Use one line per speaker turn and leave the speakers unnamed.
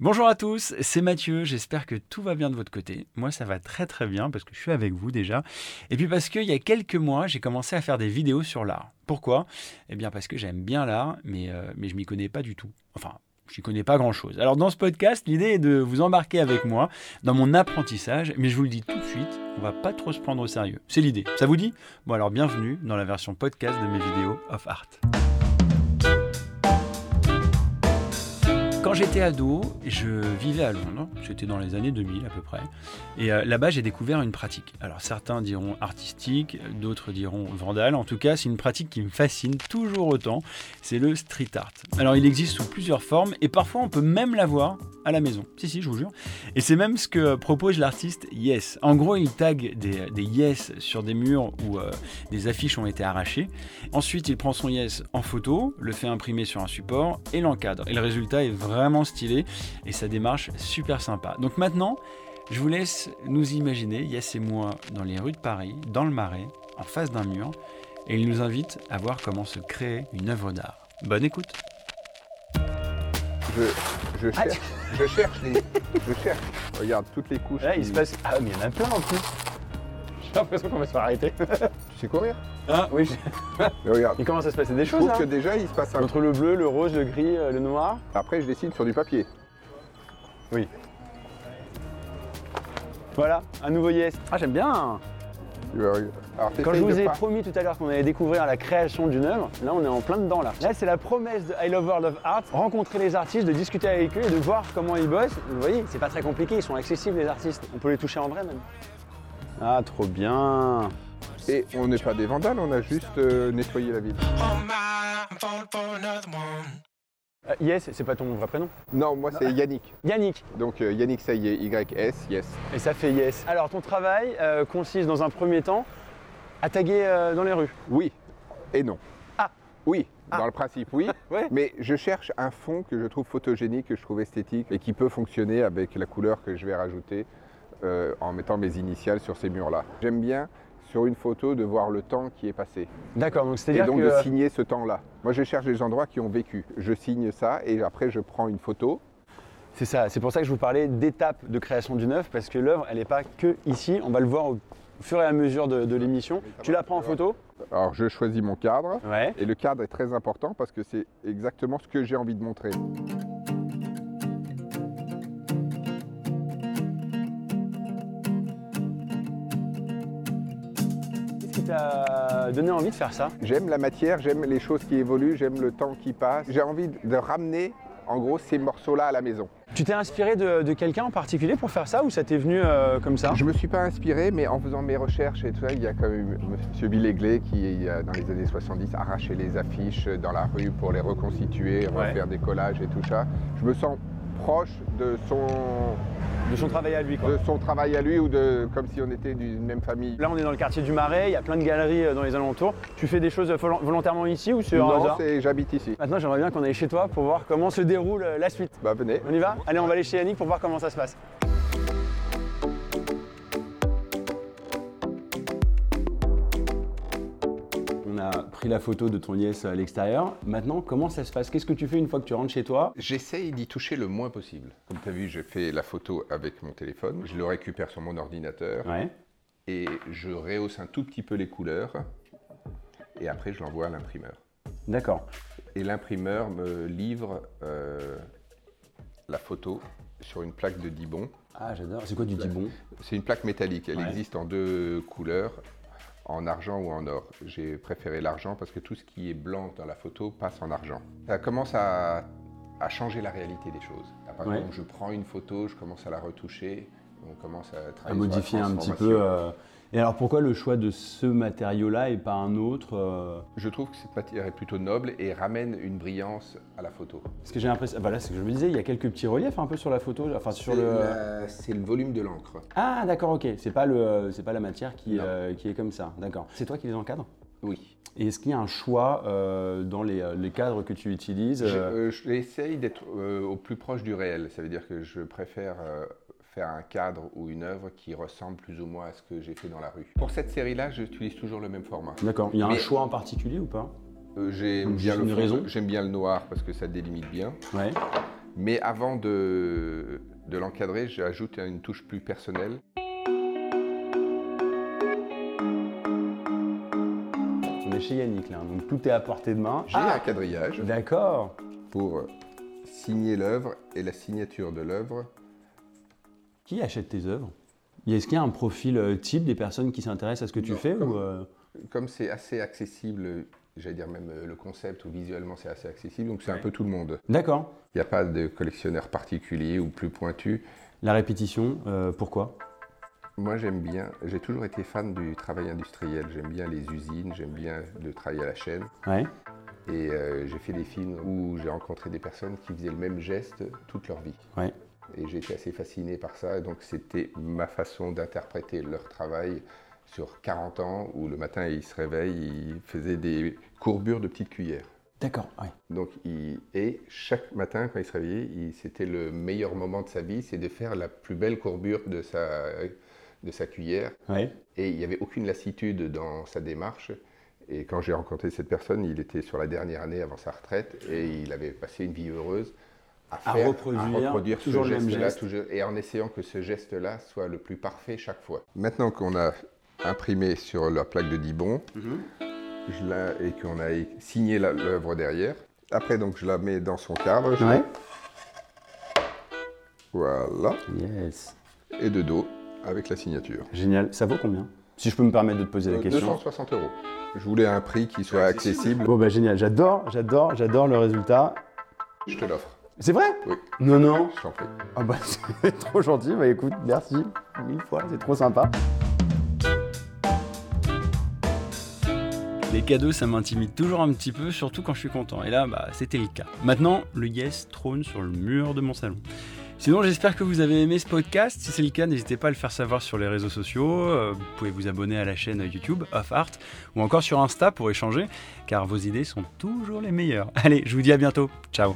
Bonjour à tous, c'est Mathieu, j'espère que tout va bien de votre côté. Moi ça va très très bien parce que je suis avec vous déjà. Et puis parce qu'il y a quelques mois j'ai commencé à faire des vidéos sur l'art. Pourquoi Eh bien parce que j'aime bien l'art mais, euh, mais je m'y connais pas du tout. Enfin, je n'y connais pas grand-chose. Alors dans ce podcast, l'idée est de vous embarquer avec moi dans mon apprentissage, mais je vous le dis tout de suite, on va pas trop se prendre au sérieux. C'est l'idée. Ça vous dit Bon alors bienvenue dans la version podcast de mes vidéos of art. Quand j'étais ado, je vivais à Londres, c'était dans les années 2000 à peu près, et euh, là-bas j'ai découvert une pratique. Alors certains diront artistique, d'autres diront vandale, en tout cas c'est une pratique qui me fascine toujours autant, c'est le street art. Alors il existe sous plusieurs formes, et parfois on peut même l'avoir à la maison, si si je vous jure, et c'est même ce que propose l'artiste Yes. En gros il tag des, des Yes sur des murs où euh, des affiches ont été arrachées, ensuite il prend son Yes en photo, le fait imprimer sur un support, et l'encadre, et le résultat est vraiment vraiment stylé et sa démarche super sympa. Donc maintenant, je vous laisse nous imaginer, Yes et moi, dans les rues de Paris, dans le Marais, en face d'un mur, et il nous invite à voir comment se créer une œuvre d'art. Bonne écoute
Je, je cherche, je cherche les, je cherche. Regarde toutes les couches. qui-
passe... Ah, mais il y en a plein en plus J'ai l'impression qu'on va se faire arrêter.
Tu sais courir
Ah, oui,
Mais regarde.
il commence à se passer des hein.
Je trouve que déjà il se passe un.
Entre le bleu, le rose, le gris, euh, le noir.
Après je dessine sur du papier.
Voilà, un nouveau yes. Ah, j'aime bien
Tu vois, regarde. Alors
Quand
t'essayes
je vous
de
ai
pas-
promis tout à l'heure qu'on allait découvrir la création d'une œuvre, là on est en plein dedans là. Là c'est la promesse de I Love World of Art, rencontrer les artistes, de discuter avec eux et de voir comment ils bossent. Vous voyez, c'est pas très compliqué, ils sont accessibles les artistes. On peut les toucher en vrai même. Ah trop bien
Et on n'est pas des vandales, on a juste euh, nettoyé la ville.
Oh my, I'm falling for another one.
Euh, Yes, c'est pas ton vrai prénom.
Non, moi c'est Yannick.
Yannick,
Donc euh, Yannick, ça y est, YS, yes.
et ça fait yes. Alors ton travail euh, consiste dans un premier temps à taguer euh, dans les rues.
Oui et non.
Ah.
Oui.
Ah.
Dans le principe, oui,
Ouais.
mais je cherche un fond que je trouve photogénique, que je trouve esthétique et qui peut fonctionner avec la couleur que je vais rajouter euh, en mettant mes initiales sur ces murs-là. J'aime bien, sur une photo, de voir le temps qui est passé.
D'accord, donc
Et
c'est-à-dire
donc
que... euh,
de signer ce temps-là. Moi, je cherche les endroits qui ont vécu. Je signe ça et après, je prends une photo.
C'est ça, c'est pour ça que je vous parlais d'étapes de création d'une œuvre, parce que l'œuvre, elle n'est pas que ici, on va le voir au fur et à mesure de, de l'émission. Tu la prends en photo
Alors, je choisis mon cadre.
Ouais.
Et le cadre est très important parce que c'est exactement ce que j'ai envie de montrer.
Qu'est-ce qui t'a donné envie de faire ça
J'aime la matière, j'aime les choses qui évoluent, j'aime le temps qui passe. J'ai envie de ramener, en gros, ces morceaux-là à la maison.
Tu t'es inspiré de, de quelqu'un en particulier pour faire ça, ou ça t'est venu euh, comme ça
Je me suis pas inspiré, mais en faisant mes recherches et tout ça, il y a quand même M. Bill Aiglé qui, il y a, dans les années 70, arrachait les affiches dans la rue pour les reconstituer, refaire des collages et tout ça. Je me sens proche de son
De son travail à lui, quoi.
de son travail à lui ou de comme si on était d'une même famille.
Là, on est dans le quartier du Marais, il y a plein de galeries euh, dans les alentours. Tu fais des choses volo- volontairement ici ou sur un
non,
hasard
c'est j'habite ici.
Maintenant, j'aimerais bien qu'on aille chez toi pour voir comment se déroule euh, la suite.
Bah venez.
On y va Allez, on va aller chez Yannick pour voir comment ça se passe. On a pris la photo de ton yes à l'extérieur. Maintenant, comment ça se passe Qu'est-ce que tu fais une fois que tu rentres chez toi
J'essaye d'y toucher le moins possible. Comme tu as vu, j'ai fait la photo avec mon téléphone, je le récupère sur mon ordinateur
Ouais.
et je rehausse un tout petit peu les couleurs et après je l'envoie à l'imprimeur.
D'accord.
Et l'imprimeur me livre euh, la photo sur une plaque de Dibon.
Ah, j'adore. C'est quoi du dibon
C'est une plaque métallique, elle
Ouais.
existe en deux couleurs, en argent ou en or. J'ai préféré l'argent parce que tout ce qui est blanc dans la photo passe en argent. Ça commence à, à changer la réalité des choses. À partir
Ouais.
où je prends une photo, je commence à la retoucher, on commence à
À
travailler sur la
modifier un petit
transformation.
peu. euh, Et alors, pourquoi le choix de ce matériau-là et pas un autre euh,
Je trouve que cette matière est plutôt noble et ramène une brillance à la photo.
Parce que j'ai l'impression. Voilà, c'est ce que je me disais, il y a quelques petits reliefs un peu sur la photo. Enfin, sur
C'est
le.
la- C'est le volume de l'encre.
Ah d'accord ok, c'est pas, le, euh, c'est pas la matière qui,
Non.
euh, qui est comme ça, d'accord. C'est toi qui les encadres
Oui.
Et est-ce qu'il y a un choix euh, dans les, euh, les cadres que tu utilises
Je-
euh,
euh, J'essaye d'être euh, au plus proche du réel. Ça veut dire que je préfère euh, faire un cadre ou une œuvre qui ressemble plus ou moins à ce que j'ai fait dans la rue. Pour cette série-là, j'utilise toujours le même format.
D'accord, il y a un
mais-
choix en particulier ou pas
Euh, J'aime
Juste
bien, le
une
fond-
raison
j'aime bien le noir parce que ça délimite bien.
Ouais,
Mais avant de, de l'encadrer, j'ajoute une touche plus personnelle.
On est chez Yannick là, donc tout est à portée de main. Ah,
J'ai un quadrillage
D'accord.
pour euh, signer l'œuvre et la signature de l'œuvre.
Qui achète tes œuvres Est-ce qu'il y a un profil euh, type des personnes qui s'intéressent à ce que tu
Non,
fais
comme-
ou euh,
Comme c'est assez accessible, j'allais dire même euh, le concept ou visuellement c'est assez accessible, donc c'est un
Ouais.
peu tout le monde.
D'accord.
Il n'y a pas de collectionneur particulier ou plus pointu.
La répétition, euh, pourquoi
Moi, j'aime bien, j'ai toujours été fan du travail industriel. J'aime bien les usines, j'aime bien le travail à la chaîne.
Ouais.
Et euh, j'ai fait des films où j'ai rencontré des personnes qui faisaient le même geste toute leur vie.
Ouais.
Et j'ai été assez fasciné par ça. Donc, c'était ma façon d'interpréter leur travail sur 40 ans où le matin, ils se réveillent, ils faisaient des courbures de petites cuillères.
D'accord. Ouais.
Donc, il- et chaque matin, quand il se réveillait, il- c'était le meilleur moment de sa vie, c'est de faire la plus belle courbure de sa, de sa cuillère.
Ouais.
Et il n'y avait aucune lassitude dans sa démarche. Et quand j'ai rencontré cette personne, il était sur la dernière année avant sa retraite et il avait passé une vie heureuse à,
À
faire,
reproduire
ce
toujours le même
geste-là,
geste.
toujours- et en essayant que ce geste-là soit le plus parfait chaque fois. Maintenant qu'on a imprimé sur la plaque de Dibon,
Mhm.
je la- et qu'on a é- signé la- l'œuvre derrière. Après, donc, je la mets dans son cadre. je-
Ouais.
Voilà.
Yes.
Et de dos, avec la signature.
Génial. Ça vaut combien Si je peux me permettre de te poser la
Euh,
question.
260 euros. Je voulais un prix qui soit accessible.
Bon bah génial. J'adore, j'adore, j'adore le résultat.
Je te l'offre.
C'est vrai
Oui.
Non, non.
Je t'en prie.
Ah bah c'est trop gentil. Bah écoute, merci mille fois. C'est trop sympa.
Les cadeaux, ça m'intimide toujours un petit peu, surtout quand je suis content. Et là, bah, c'était le cas. Maintenant, le yes trône sur le mur de mon salon. Sinon, j'espère que vous avez aimé ce podcast. Si c'est le cas, n'hésitez pas à le faire savoir sur les réseaux sociaux. Euh, Vous pouvez vous abonner à la chaîne YouTube Off Art ou encore sur Insta pour échanger, car vos idées sont toujours les meilleures. Allez, je vous dis à bientôt. Ciao.